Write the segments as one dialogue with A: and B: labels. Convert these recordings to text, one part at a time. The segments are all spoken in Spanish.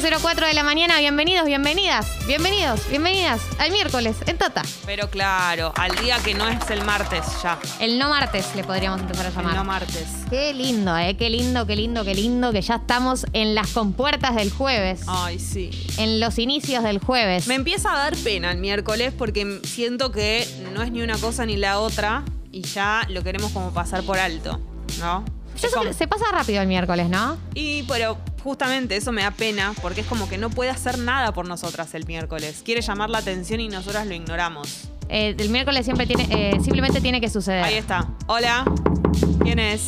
A: 8.04 de la mañana, bienvenidos, bienvenidas, bienvenidos, bienvenidas al miércoles en Tota. Tata.
B: Pero claro, al día que no es el martes ya.
A: El no martes le podríamos empezar a
B: El
A: llamar.
B: no martes.
A: Qué lindo, eh, qué lindo, qué lindo, qué lindo que ya estamos en las compuertas del jueves,
B: Ay, sí.
A: en los inicios del jueves.
B: Ah. Me empieza a dar pena el miércoles porque siento que no es ni una cosa ni la otra y ya lo queremos como pasar por alto, ¿no?
A: Yo
B: Es
A: sé que
B: como-
A: se pasa rápido el miércoles, ¿no?
B: Y pero justamente eso me da pena porque es como que no puede hacer nada por nosotras el miércoles. Quiere llamar la atención y nosotras lo ignoramos.
A: Eh, el miércoles siempre tiene, eh, simplemente tiene que suceder.
B: Ahí está. Hola. ¿Quién es?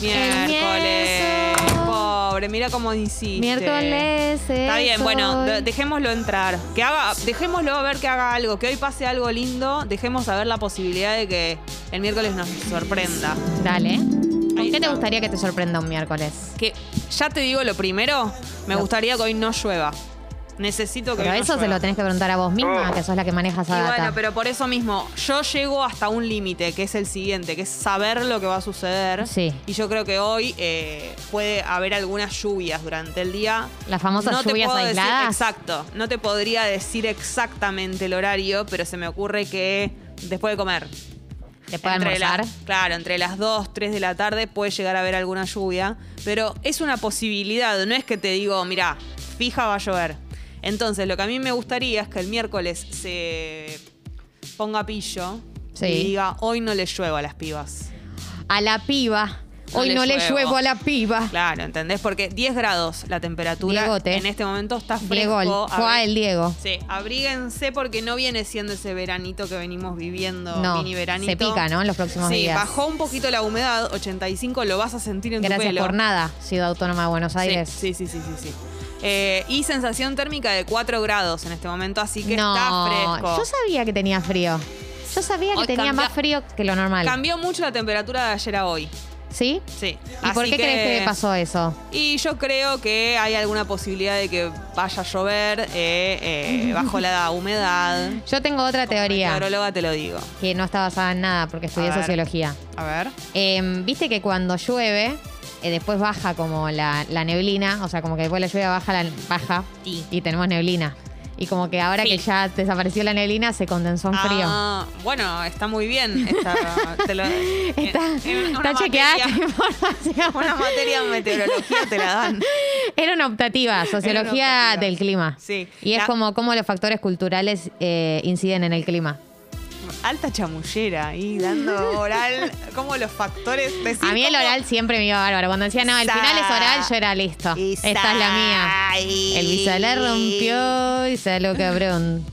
A: El
B: Miércoles.
A: mieso.
B: Pobre, mira cómo hiciste.
A: Miércoles.
B: Está
A: es
B: bien, bueno,
A: hoy.
B: de- dejémoslo entrar. Que haga, dejémoslo a ver que haga algo, que hoy pase algo lindo, dejemos a ver la posibilidad de que el miércoles nos sorprenda.
A: Dale. ¿Con
B: Ahí
A: qué te
B: está.
A: gustaría que te sorprenda un miércoles?
B: Que ya te digo lo primero, me
A: No.
B: gustaría que hoy no llueva. Necesito que
A: Pero
B: hoy no
A: eso se
B: llueva.
A: lo tenés que preguntar a vos misma, que sos la que maneja
B: Y
A: esa data.
B: bueno, pero por eso mismo, yo llego hasta un límite, que es el siguiente, que es saber lo que va a suceder.
A: Sí.
B: Y yo creo que hoy eh, puede haber algunas lluvias durante el día.
A: Las famosas
B: no te
A: lluvias
B: puedo decir-
A: aisladas.
B: exacto. No te podría decir exactamente el horario, pero se me ocurre que después de comer.
A: Después de
B: entre
A: almorzar.
B: las- claro, entre las 2, 3 de la tarde puede llegar a haber alguna lluvia. Pero es una posibilidad, no es que te digo, mira, fija va a llover. Entonces, lo que a mí me gustaría es que el miércoles se ponga pillo
A: Sí.
B: y diga, hoy no le lluevo a las pibas.
A: A la piba.
B: No
A: Hoy
B: le
A: no le
B: lluevo.
A: lluevo a la piba.
B: Claro, ¿entendés? Porque 10 grados la temperatura
A: Diegote.
B: en este momento está fresco.
A: Diego, juega
B: abrí-
A: el Diego.
B: Sí, abríguense porque no viene siendo ese veranito que venimos viviendo,
A: No,
B: mini veranito.
A: se pica, ¿no? En los próximos
B: Sí,
A: días.
B: bajó un poquito la humedad, 85, lo vas a sentir en tu
A: Gracias
B: pelo.
A: por nada, Ciudad Autónoma de Buenos Aires.
B: Sí, sí, sí, sí, sí. Eh, y sensación térmica de 4 grados en este momento, así que
A: no,
B: está fresco.
A: yo sabía que tenía frío. Yo sabía que
B: Hoy
A: tenía
B: cambia-
A: más frío que lo normal.
B: Cambió mucho la temperatura de ayer a hoy.
A: ¿Sí?
B: Sí.
A: ¿Y
B: así
A: por qué crees que pasó eso?
B: Y yo creo que hay alguna posibilidad de que vaya a llover eh, eh, bajo la humedad.
A: Yo tengo otra teoría
B: Meteoróloga te lo digo.
A: que no está basada en nada porque estudié
B: A ver.
A: sociología.
B: A ver.
A: Eh, Viste que cuando llueve, eh, después baja como la, la neblina, o sea, como que después de la lluvia baja, la, baja
B: Sí.
A: y tenemos neblina. Y como que ahora
B: Sí.
A: que ya desapareció la neblina, se condensó en frío.
B: Ah, bueno, está muy bien. Está, te lo-
A: Está,
B: en- en
A: está
B: una
A: chequeada esta
B: materia-
A: información.
B: Una materia en meteorología te la dan.
A: Era una optativa, sociología
B: optativa.
A: del clima.
B: Sí.
A: Y es
B: La-
A: como cómo los factores culturales eh, inciden en el clima.
B: Alta chamullera ahí dando oral. Como los factores. decir
A: a mí el
B: cómo-
A: oral siempre me iba bárbaro. Cuando decía, no, el
B: Sa-
A: final es oral, yo era listo.
B: Y
A: Esta es la mía.
B: sai.
A: El bisalar rompió y salió cabrón.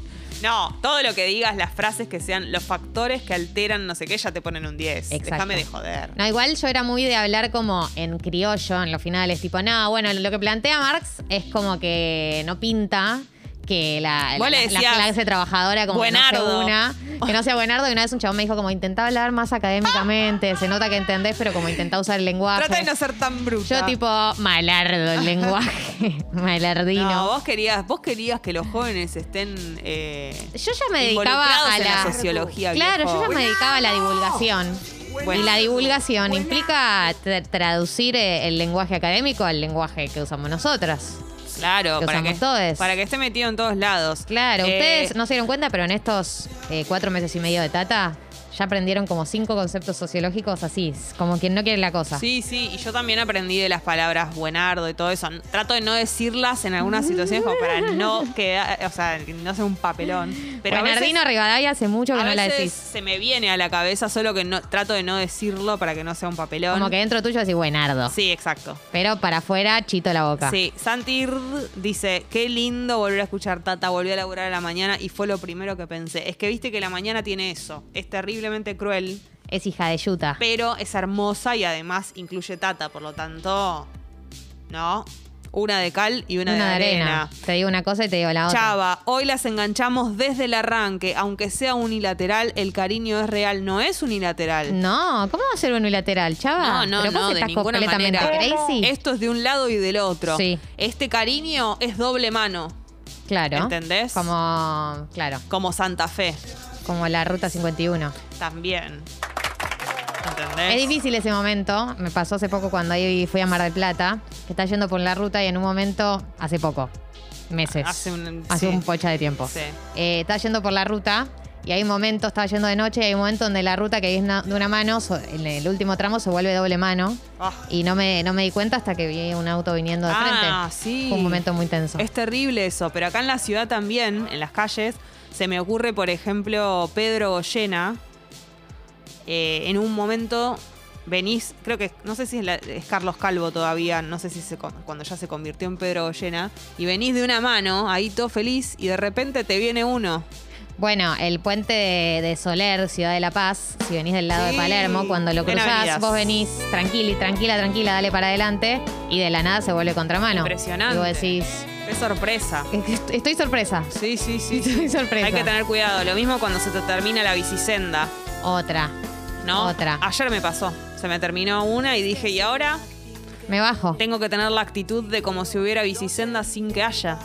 B: No, todo lo que digas, las frases que sean los factores que alteran no sé qué, ya te ponen un 10.
A: Exacto.
B: Déjame de joder.
A: No, igual yo era muy de hablar como en criollo, en los finales, tipo, no, bueno, lo que plantea Marx es como que no pinta que la,
B: Vos
A: la,
B: le
A: la- la
B: decías,
A: clase trabajadora como que no
B: "Buenardo".
A: sea una, que no sea buenardo, y una vez un chabón me dijo como intentaba hablar más académicamente, se nota que entendés, pero como intentaba usar el lenguaje.
B: Trata de no ser tan bruta.
A: pues, yo tipo, malardo el lenguaje, malardino.
B: No, vos querías, vos querías que los jóvenes estén. eh,
A: Yo ya me
B: involucrados
A: dedicaba a
B: en
A: la,
B: la sociología,
A: Claro,
B: viejo.
A: yo ya me dedicaba a la divulgación.
B: Bueno.
A: Y la divulgación implica tra- traducir eh, el lenguaje académico al lenguaje que usamos nosotras.
B: claro,
A: que
B: para que,
A: usamos todes.
B: para que esté metido en todos lados.
A: Claro,
B: Eh,
A: ustedes no se dieron cuenta, pero en estos eh, cuatro meses y medio de Tata ya aprendieron como cinco conceptos sociológicos así, s- como quien no quiere la cosa.
B: Sí, sí, y yo también aprendí de las palabras buenardo y todo eso. Trato de no decirlas en algunas situaciones como para no quedar, o sea, que no ser un papelón. Pero a veces-
A: Bernardino Rivadavia hace mucho que
B: a
A: no la
B: veces
A: decís.
B: se me viene a la cabeza, solo que no trato de no decirlo para que no sea un papelón.
A: Como que dentro tuyo decís buenardo.
B: Sí, exacto.
A: Pero para afuera, chito la boca.
B: Sí, Santir dice, qué lindo volver a escuchar Tata, volví a laburar a la mañana y fue lo primero que pensé. Es que viste que la mañana tiene eso, es terriblemente cruel,
A: Es hija de Yuta.
B: pero es hermosa y además incluye Tata, por lo tanto, ¿no? Una de cal y una,
A: Una
B: de arena.
A: Te digo una cosa y te digo la otra.
B: Chava, hoy las enganchamos desde el arranque, aunque sea unilateral, el cariño es real, no es unilateral.
A: No, ¿cómo va a ser unilateral, chava?
B: No, no,
A: Pero vos
B: no, de
A: estás
B: ninguna
A: completamente
B: manera.
A: crazy.
B: Esto es de un lado y del otro.
A: Sí.
B: Este cariño es doble mano,
A: claro.
B: ¿entendés?
A: Como, claro,
B: como Santa Fe.
A: como la ruta 51.
B: También. ¿Entendés?
A: Es difícil ese momento. Me pasó hace poco cuando ahí fui a Mar del Plata, que está yendo por la ruta y en un momento, hace poco, meses, hace
B: Hace
A: un,
B: un- sí.
A: pocha de tiempo,
B: Sí.
A: eh, está yendo por la ruta y hay un momento, estaba yendo de noche y hay un momento donde la ruta que es na- de una mano, so- en el último tramo se vuelve doble mano
B: Ah.
A: y no me, no me di cuenta hasta que vi un auto viniendo de frente.
B: Ah, sí.
A: Fue un momento muy tenso.
B: Es terrible eso, pero acá en la ciudad también, en las calles, se me ocurre, por ejemplo, Pedro Goyena. eh, en un momento venís, creo que, no sé si es, la- es Carlos Calvo todavía, no sé si se con- cuando ya se convirtió en Pedro Goyena, y venís de una mano, ahí todo feliz, y de repente te viene uno.
A: Bueno, el puente de, de Soler, Ciudad de la Paz, si venís del lado de
B: Sí.
A: Palermo, cuando lo
B: Bien
A: cruzás,
B: avenidas.
A: vos venís tranquila, tranquila, tranquila, dale para adelante y de la nada se vuelve contramano.
B: Impresionante.
A: Y vos decís,
B: Qué sorpresa.
A: "Est- estoy sorpresa.
B: Sí, sí, sí.
A: Estoy sorpresa.
B: Hay que tener cuidado. Lo mismo cuando se te termina la bicisenda,
A: Otra.
B: ¿no?
A: Otra.
B: Ayer me pasó. Se me terminó una y dije, ¿y ahora?
A: Me bajo.
B: Tengo que tener la actitud de como si hubiera bicisenda sin que haya.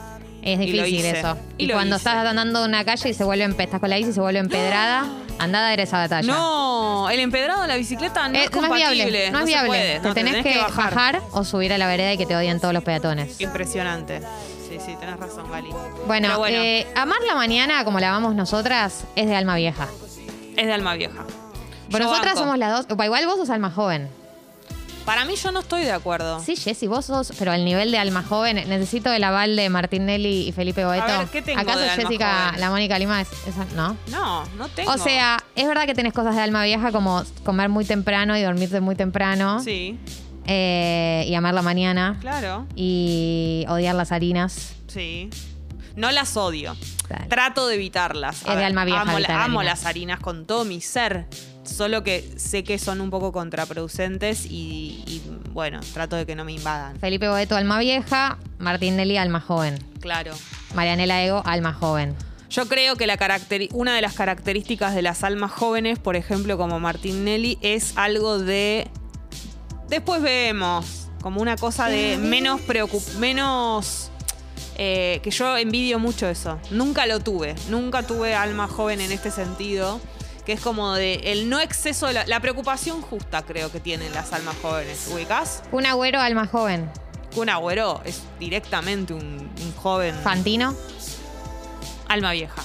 A: Es
B: Y lo
A: difícil
B: hice.
A: eso.
B: Y
A: Y,
B: lo
A: cuando
B: hice.
A: estás andando en una calle y se vuelven, estás con la bici y se vuelve empedrada, andá a dar esa batalla.
B: No, el empedrado de la bicicleta no
A: Eh,
B: es compatible.
A: viable, no, es
B: se
A: viable.
B: puede.
A: te
B: No,
A: tenés, que, bajar. o subir a la vereda y que te odien todos los peatones.
B: Impresionante. Sí, sí, tenés razón, Gali.
A: Bueno,
B: Pero bueno.
A: eh, amar la mañana como la amamos nosotras es de alma vieja.
B: Es de alma vieja.
A: Pero
B: Yo
A: nosotras
B: banco.
A: somos las dos. Upa, Igual vos sos alma joven.
B: Para mí yo no estoy de acuerdo.
A: Sí, Jessy, vos sos, pero al nivel de alma joven, necesito el aval de Martinelli y Felipe Boeto.
B: A ver, ¿qué tengo
A: ¿Acaso
B: de alma
A: Jessica,
B: joven?
A: la Mónica Lima, es, esa- no?
B: No, no tengo.
A: O sea, es verdad que tenés cosas de alma vieja como comer muy temprano y dormirte muy temprano.
B: Sí,
A: Eh, y amar la mañana.
B: claro.
A: Y odiar las harinas.
B: Sí. No las odio.
A: Dale.
B: Trato de evitarlas.
A: Es de alma vieja
B: amo, la-
A: evitar
B: amo
A: harinas.
B: las harinas con todo mi ser. Solo que sé que son un poco contraproducentes y, y, bueno, trato de que no me invadan.
A: Felipe Boeto, alma vieja. Martinelli, alma joven.
B: Claro.
A: Marianela Ego, alma joven.
B: Yo creo que la caracteri- una de las características de las almas jóvenes, por ejemplo, como Martinelli, es algo de. Después vemos. Como una cosa de menos preocup- menos. eh, que yo envidio mucho eso. Nunca lo tuve. Nunca tuve alma joven en este sentido. Que es como de el no exceso de la, la preocupación justa, creo que tienen las almas jóvenes. ¿Ubicás?
A: Un agüero, alma joven.
B: Un agüero es directamente un, un joven.
A: Fantino.
B: Alma vieja.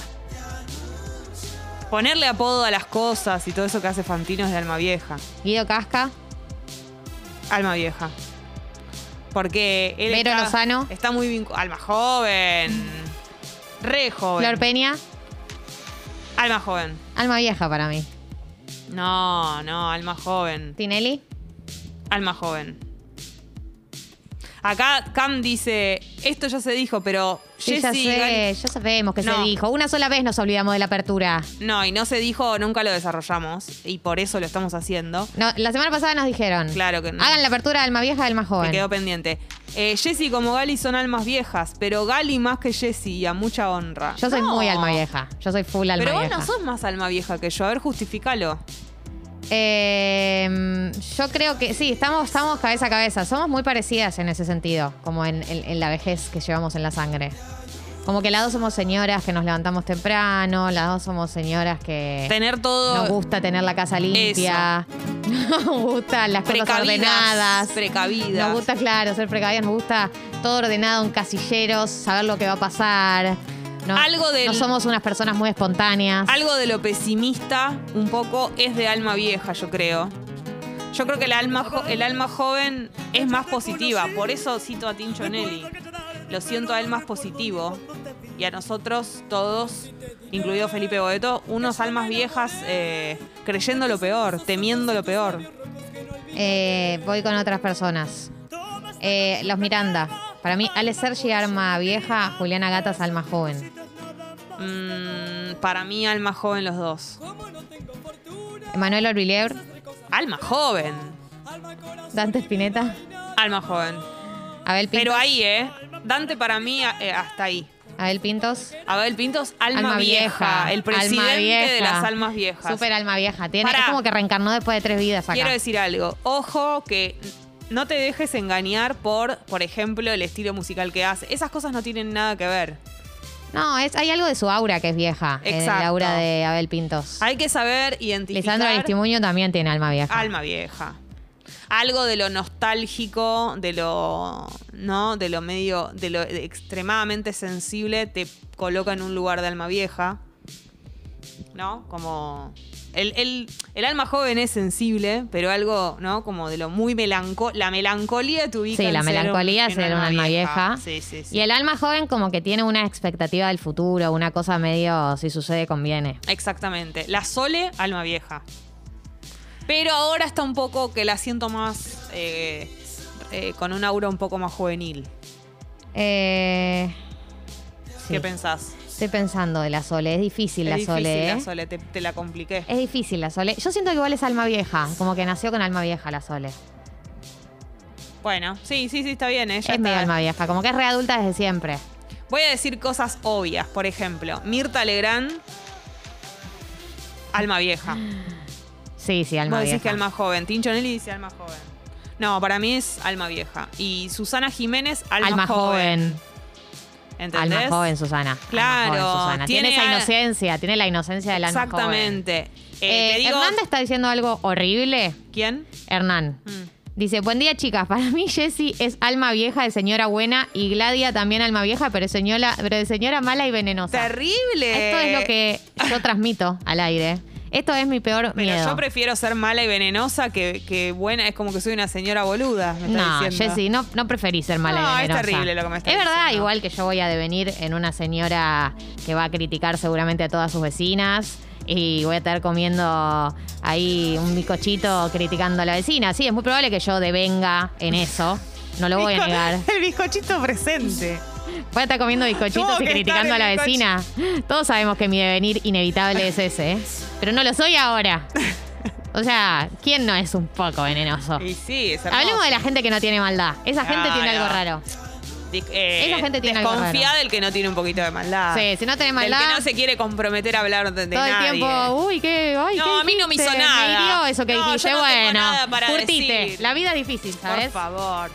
B: Ponerle apodo a las cosas y todo eso que hace Fantino es de alma vieja.
A: Guido Casca.
B: Alma vieja. Porque él
A: Vero
B: está,
A: Lozano.
B: está muy vinculado. Alma joven. Re joven.
A: Flor Peña.
B: alma joven.
A: Alma vieja para mí.
B: No, no, alma joven.
A: Tinelli.
B: Alma joven. Acá Cam dice, esto ya se dijo, pero
A: Sí, ya
B: Jessy
A: sé,
B: Gali-
A: ya sabemos que se
B: No.
A: dijo. Una sola vez nos olvidamos de la apertura.
B: No, y no se dijo, nunca lo desarrollamos y por eso lo estamos haciendo.
A: No, la semana pasada nos dijeron.
B: Claro que no.
A: Hagan la apertura del más vieja del más
B: Me
A: joven.
B: quedó pendiente. Eh, Jessy como Gali son almas viejas, pero Gali más que Jessy y a mucha honra.
A: Yo soy
B: No.
A: muy alma vieja. Yo soy full alma
B: Pero vos
A: vieja.
B: no sos más alma vieja que yo. A ver, justificalo.
A: Eh, yo creo que sí, estamos, estamos cabeza a cabeza. Somos muy parecidas en ese sentido, como en, en- en la vejez que llevamos en la sangre. Como que las dos somos señoras que nos levantamos temprano, las dos somos señoras que
B: Tener
A: Eh, nos
B: todo
A: gusta tener la casa limpia, nos gustan las cosas
B: precavidas.
A: ordenadas.
B: Precavidas.
A: Nos gusta, claro, ser precavidas, nos gusta todo ordenado en casilleros, saber lo que va a pasar. No,
B: Algo del-
A: no somos unas personas muy espontáneas.
B: Algo de lo pesimista, un poco, es de alma vieja, yo creo. Yo creo que el alma, jo- el alma joven es más positiva. Por eso cito a Tincho Nelly. Lo siento a él más positivo. Y a nosotros todos, incluido Felipe Boeto, unos almas viejas eh, creyendo lo peor, temiendo lo peor.
A: Eh, voy con otras personas. Eh, los Miranda. Para mí, Ale Sergi, alma vieja, Juliana Gatas, alma joven.
B: Mm, para mí, alma joven los dos.
A: Emanuel Orvilleur,
B: Alma joven.
A: Dante Spinetta,
B: Alma joven.
A: Abel Pintos.
B: Pero ahí, ¿eh? Dante para mí eh, hasta ahí.
A: Abel Pintos.
B: Abel Pintos, alma, vieja, el presidente
A: alma vieja.
B: de las almas viejas.
A: Súper alma vieja. Tiene,
B: Pará.
A: es como que reencarnó después de tres vidas acá.
B: Quiero decir algo, ojo que no te dejes engañar por, por ejemplo, el estilo musical que hace. Esas cosas no tienen nada que ver.
A: No, es, hay algo de su aura que es vieja. en El
B: Exacto.
A: aura de Abel Pintos.
B: Hay que saber identificar
A: este Lisandro Aristimuño también tiene alma vieja.
B: alma vieja. algo de lo nostálgico, de lo, ¿no? De lo medio, de lo extremadamente sensible, te coloca en un lugar de alma vieja. ¿No? Como... El, el- el alma joven es sensible, pero algo, ¿no? Como de lo muy melancólico. La melancolía te ubica
A: Sí, la
B: en ser un-
A: melancolía
B: en
A: es ser un alma vieja.
B: Sí, sí, sí.
A: Y el alma joven como que tiene una expectativa del futuro, una cosa medio, si sucede, conviene.
B: Exactamente. La Sole, alma vieja. Pero ahora está un poco que la siento más. eh, eh, con un aura un poco más juvenil.
A: Eh, sí.
B: ¿Qué pensás?
A: Estoy pensando de la Sole, es difícil la
B: es difícil
A: Sole. ¿eh?
B: la Sole, te, te la compliqué.
A: Es difícil la Sole. Yo siento que igual es alma vieja, como que nació con alma vieja la Sole.
B: Bueno, sí, sí, sí, está bien. Ella
A: es
B: está-
A: medio alma vieja, como que es readulta desde siempre.
B: Voy a decir cosas obvias, por ejemplo. Mirta Legrand, alma vieja.
A: Sí, sí, alma
B: Vos
A: vieja.
B: decís que alma joven. Tincho Nelly dice alma joven. No, para mí es alma vieja. Y Susana Jiménez, alma,
A: Alma
B: joven.
A: joven.
B: ¿Entendés?
A: Alma joven, Susana. Alma
B: Claro,
A: joven, Susana. Tiene,
B: tiene
A: esa
B: al-
A: inocencia, tiene la inocencia del alma joven.
B: Exactamente. Eh,
A: Eh,
B: te digo,
A: Hernán está diciendo algo horrible.
B: ¿Quién?
A: Hernán.
B: Mm.
A: Dice, buen día chicas, para mí Jessie es alma vieja de señora buena y Gladia también alma vieja, pero, de señora, pero de señora mala y venenosa.
B: Terrible.
A: Esto es lo que yo transmito al aire. Esto es mi peor
B: Pero
A: miedo.
B: yo prefiero ser mala y venenosa que, que buena. Es como que soy una señora boluda. Me estás
A: no,
B: diciendo.
A: Jessy, no, no preferí ser mala
B: No,
A: y
B: es
A: venenosa.
B: terrible lo que me estás
A: Es verdad,
B: diciendo.
A: igual que yo voy a devenir en una señora que va a criticar seguramente a todas sus vecinas y voy a estar comiendo ahí un bizcochito criticando a la vecina. Sí, es muy probable que yo devenga en eso. No lo voy a
B: Bizco-
A: negar.
B: El bizcochito presente.
A: Voy a estar comiendo
B: Tuvo
A: bizcochitos
B: que
A: y criticando a
B: estar
A: la
B: el
A: vecina. Todos sabemos que mi devenir inevitable es ese, ¿eh? pero no lo soy ahora. O sea, ¿quién no es un poco venenoso?
B: Y sí, es hermoso.
A: Hablemos de la gente que no tiene maldad. Esa gente tiene
B: Claro.
A: algo raro.
B: Di- eh,
A: Esa gente tiene algo
B: Desconfía
A: raro.
B: del que no tiene un poquito de maldad.
A: Sí, si no tenés
B: Ah. Del que
A: maldad-
B: no se quiere comprometer a hablar de, de
A: Todo
B: nadie.
A: el tiempo, uy, qué, ay,
B: No,
A: ¿qué
B: a mí no me hizo
A: dijiste?
B: nada.
A: Me hirió eso que
B: No, yo
A: dijiste.
B: no tengo
A: bueno,
B: nada para
A: curtite.
B: decir.
A: La vida es difícil, ¿sabes?
B: Por favor.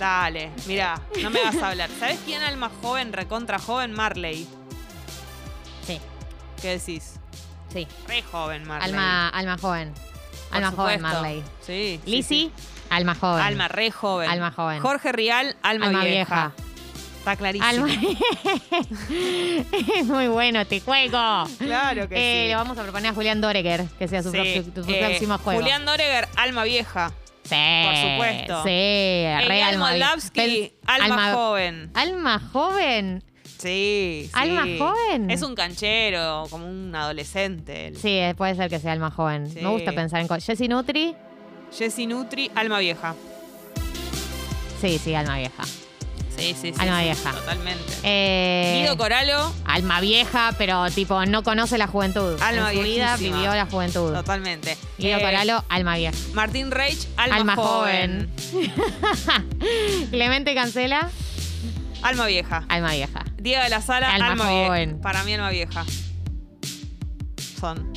B: Dale, mirá, no me vas a hablar. ¿Sabes quién alma joven, recontra joven? Marley.
A: Sí,
B: ¿Qué decís?
A: sí.
B: Re joven, Marley.
A: Alma, alma joven.
B: Por
A: Alma joven,
B: supuesto.
A: Marley.
B: Sí. sí,
A: Lizzy,
B: sí.
A: alma joven.
B: Alma re joven.
A: Alma joven.
B: Jorge Rial, alma,
A: Alma
B: vieja.
A: vieja.
B: Está clarísimo.
A: Alma. es muy bueno este juego.
B: Claro que
A: Eh,
B: sí.
A: Le vamos a proponer a Julián Doreger que sea su,
B: Sí,
A: proxi- tu
B: eh,
A: próximo juego.
B: Julián Doreger, alma vieja.
A: Sí,
B: por supuesto.
A: Sí, Eh, re
B: Elian
A: alma vie-
B: Moldavsky,
A: Pens-
B: alma, joven.
A: Alma joven.
B: Sí, sí.
A: ¿Alma joven?
B: Es un canchero, como un adolescente. él.
A: Sí, eh, puede ser que sea alma joven.
B: Sí.
A: Me gusta pensar en cosas. Jessy Nutri.
B: Jessy Nutri, alma vieja.
A: Sí, sí, alma vieja.
B: Sí, sí, sí.
A: Alma
B: sí,
A: vieja.
B: Totalmente.
A: Eh,
B: Guido Coralo,
A: alma vieja, pero tipo no conoce la juventud.
B: Alma
A: en su vida
B: viejísima.
A: vivió la juventud.
B: totalmente.
A: Guido
B: Eh,
A: Coralo, alma vieja.
B: Martín Reich, alma,
A: Alma
B: joven.
A: joven. Clemente Cancela,
B: Alma vieja.
A: alma vieja.
B: Diego de la Sala, alma,
A: Alma
B: vie-
A: joven.
B: Para mí, alma vieja. Son.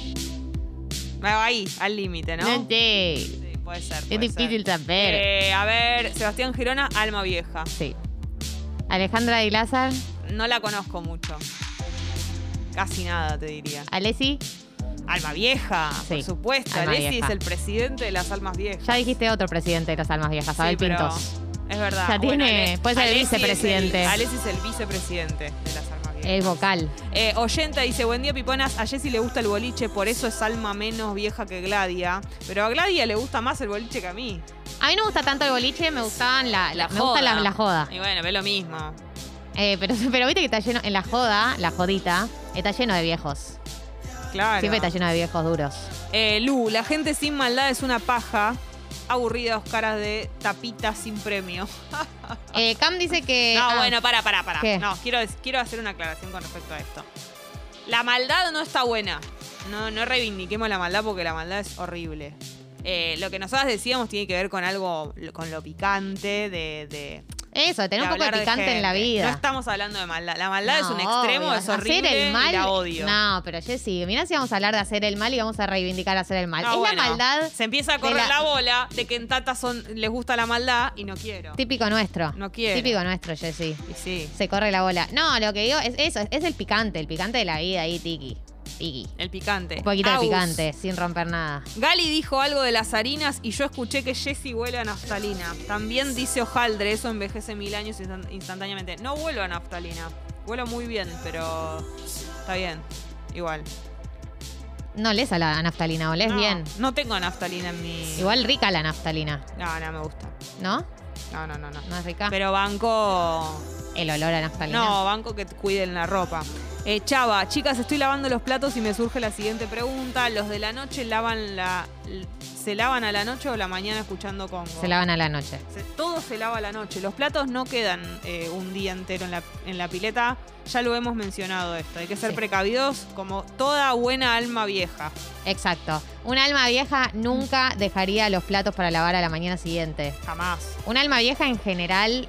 B: Me hago ahí, al límite, ¿no?
A: No sé.
B: Sí, puede ser.
A: Es
B: puede
A: difícil
B: ser.
A: saber.
B: Eh, a ver, Sebastián Girona, alma vieja.
A: Sí. Alejandra de Lázaro,
B: No la conozco mucho. Casi nada, te diría.
A: Alessi,
B: Alma vieja, por
A: Sí,
B: supuesto.
A: alma
B: Alessi
A: vieja.
B: es el presidente de las almas viejas.
A: ya dijiste otro presidente de las almas viejas,
B: Sí,
A: Abel
B: pero
A: Pintos.
B: Es verdad.
A: Ya tiene-
B: Ale-
A: puede ser el
B: Alessi es
A: vicepresidente.
B: Alessi es el vicepresidente de las almas viejas.
A: Es vocal.
B: Eh, oyenta dice, buen día Piponas, a Jessy le gusta el boliche, por eso es alma menos vieja que Gladia. Pero a Gladia le gusta más el boliche que a mí.
A: A mí no me gusta tanto el boliche, me gustaban la, la- me gusta la, la joda.
B: Y bueno, ve lo mismo.
A: Eh, pero, pero viste que está lleno, en la joda, la jodita, está lleno de viejos.
B: Claro.
A: Siempre está lleno de viejos duros.
B: Eh, Lu, la gente sin maldad es una paja. Aburrida, dos caras de tapita sin premio.
A: Eh, Cam dice que.
B: no,
A: ah,
B: bueno, para, para, para.
A: ¿Qué?
B: No, quiero, dec- quiero hacer una aclaración con respecto a esto. La maldad no está buena. No, no reivindiquemos la maldad porque la maldad es horrible. Eh, lo que nosotras decíamos tiene que ver con algo, con lo picante, de, de,
A: Eso, tener un poco de
B: hablar
A: picante
B: gente.
A: en la vida.
B: No estamos hablando de maldad. La maldad es
A: No,
B: un extremo,
A: obvio.
B: es horrible
A: Hacer el mal,
B: y la odio. Ah,
A: No, pero Jessy, mirá si vamos a hablar de hacer el mal y vamos a reivindicar hacer el mal.
B: No,
A: es
B: bueno,
A: la maldad
B: Se empieza a correr
A: de
B: la...
A: la-
B: bola de que en Tata son, les gusta la maldad y no quiero.
A: típico nuestro.
B: No quiero.
A: Típico nuestro, Jessy.
B: Y sí.
A: Se corre la bola. No, lo que digo es eso, es el picante, el picante de la vida ahí, Tiki. Y
B: El picante.
A: un poquito
B: Aus.
A: de picante, sin romper nada.
B: Gali dijo algo de las harinas y yo escuché que Jesse huele a naftalina. También dice hojaldre, eso envejece mil años instan- instantáneamente. No huelo a naftalina. Huelo muy bien, pero está bien. Igual.
A: No lees a la naftalina, o lees
B: no,
A: bien.
B: No tengo naftalina en mi.
A: Igual rica la naftalina,
B: No, no me gusta.
A: ¿no?
B: No, no, no, no.
A: ¿No es rica?
B: Pero banco.
A: El olor a naftalina.
B: No, banco que te cuiden la ropa. Eh, Chava, chicas, estoy lavando los platos y me surge la siguiente pregunta. ¿Los de la noche lavan la. l- ¿Se lavan a la noche o la mañana escuchando Congo?
A: Se lavan a la noche.
B: Se- todo se lava a la noche. Los platos no quedan eh, un día entero en la, en la pileta. Ya lo hemos mencionado esto. Hay que ser
A: Sí.
B: precavidos como toda buena alma vieja.
A: Exacto. Un alma vieja nunca dejaría los platos para lavar a la mañana siguiente.
B: Jamás.
A: Un alma vieja en general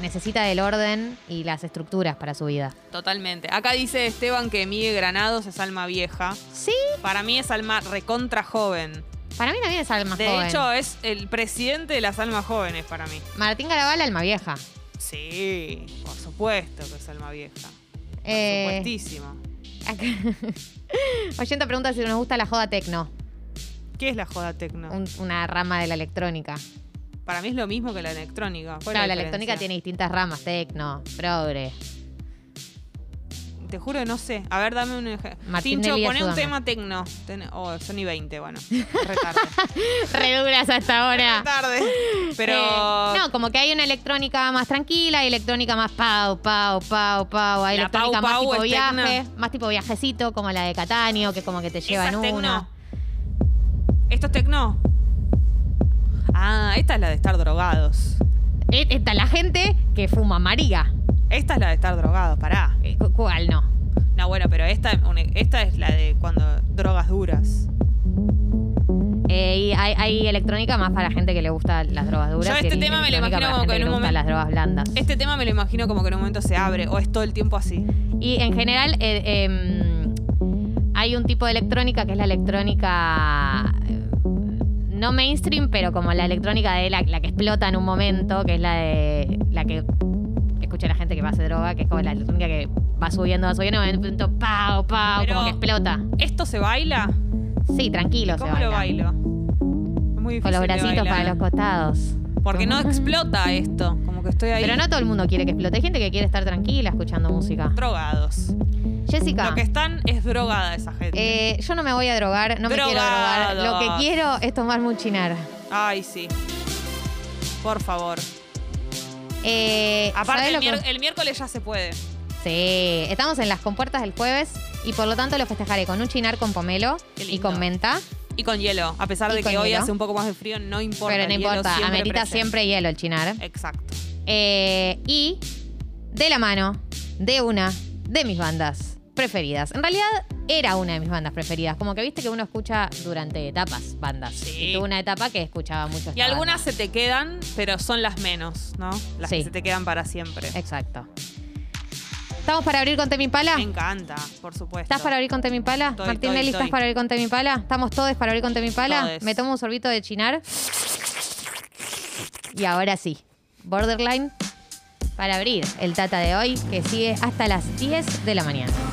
A: necesita del orden y las estructuras para su vida.
B: Totalmente. Acá dice Esteban que Miguel Granados es alma vieja.
A: Sí,
B: Para mí es alma recontra joven.
A: para mí también es alma
B: De
A: joven.
B: hecho, es el presidente de las almas jóvenes para mí.
A: Martín Garabal, alma vieja.
B: Sí, por supuesto que es alma vieja. Por
A: Eh,
B: supuestísimo.
A: acá- 80 preguntas si nos gusta la joda tecno,
B: ¿Qué es la joda tecno?
A: un- una rama de la electrónica.
B: Para mí es lo mismo que la electrónica. ¿Cuál es
A: Claro, la,
B: diferencia?
A: electrónica tiene distintas ramas, tecno, progre.
B: Te juro que no sé. A ver, dame un ejemplo.
A: Martín
B: Tincho,
A: Nelly,
B: poné un
A: ayúdame.
B: tema tecno. Ten- Oh, Sony 20, bueno. Re tarde.
A: Reduras hasta ahora.
B: Re tarde. Pero.
A: Eh, no, como que hay una electrónica más tranquila, hay electrónica más pau, pau, pau, pau, hay
B: La
A: electrónica
B: pau,
A: más
B: pau
A: tipo
B: es
A: viaje,
B: tecno.
A: más tipo viajecito, como la de Cataño, que como que te lleva
B: esa
A: en
B: es
A: una.
B: tecno. ¿Esto es tecno? Ah, esta es la de estar drogados.
A: Eh, Está la gente que fuma María.
B: Esta es la de estar drogados, pará.
A: Eh, cu- ¿Cuál no?
B: No, bueno, pero esta, una- esta es la de cuando drogas duras.
A: Eh, y hay, hay electrónica más para gente que le gusta las drogas duras.
B: Yo
A: y
B: este
A: hay
B: tema me lo
A: electrónica
B: imagino
A: para
B: como
A: gente
B: que en
A: le
B: un
A: gustan
B: momento-
A: las drogas blandas.
B: Este tema me lo imagino como que en un momento se abre, o es todo el tiempo así.
A: Y en general eh, em, hay un tipo de electrónica que es la electrónica eh, no mainstream, pero como la electrónica de la, la que explota en un momento, que es la de la que escucha la gente que va a hacer droga, que es como la electrónica que va subiendo, va subiendo, en un momento pau, pau,
B: Pero-
A: como que explota.
B: ¿Esto se baila?
A: Sí, tranquilo, se
B: ¿Cómo
A: baila.
B: lo bailo? Es muy difícil.
A: Con los
B: de
A: bracitos
B: bailar.
A: para los costados.
B: Porque no explota esto. Como que estoy ahí.
A: Pero no todo el mundo quiere que explote. Hay gente que quiere estar tranquila escuchando música.
B: drogados.
A: Jessica.
B: Lo que están es drogada esa gente.
A: Eh, yo no me voy a drogar, no me quiero drogar. Lo
B: Drogados.
A: que quiero es tomar muchinar.
B: Ay, sí. Por favor.
A: Eh,
B: Aparte,
A: ¿sabés
B: el,
A: lo que-
B: mier- el miércoles ya se puede.
A: Sí, estamos en las compuertas del jueves y por lo tanto lo festejaré con un chinar con pomelo
B: Qué
A: y
B: lindo.
A: con menta.
B: Y con hielo. A pesar
A: Y
B: de que
A: con
B: hoy
A: hielo.
B: hace un poco más de frío, no importa.
A: pero
B: el
A: no
B: hielo
A: importa,
B: siempre
A: amerita
B: presente.
A: siempre hielo el chinar.
B: Exacto.
A: Eh, y de la mano de una de mis bandas preferidas. En realidad era una de mis bandas preferidas. Como que viste que uno escucha durante etapas bandas.
B: Sí.
A: Y tuve una etapa que escuchaba mucho.
B: Y
A: esta
B: algunas
A: banda.
B: se te quedan, pero son las menos, ¿no? Las
A: Sí.
B: que se te quedan para siempre.
A: Exacto. ¿Estamos para abrir con Temimpala?
B: Me encanta, por supuesto.
A: ¿Estás para abrir con Temipala?
B: Estoy,
A: Martín
B: estoy,
A: Nelly, ¿estás
B: estoy.
A: para abrir con Temipala? ¿Estamos todos para abrir con Temipala?
B: Todes.
A: Me tomo un sorbito de chinar. Y ahora sí, Borderline para abrir el Tata de hoy, que sigue hasta las 10 de la mañana.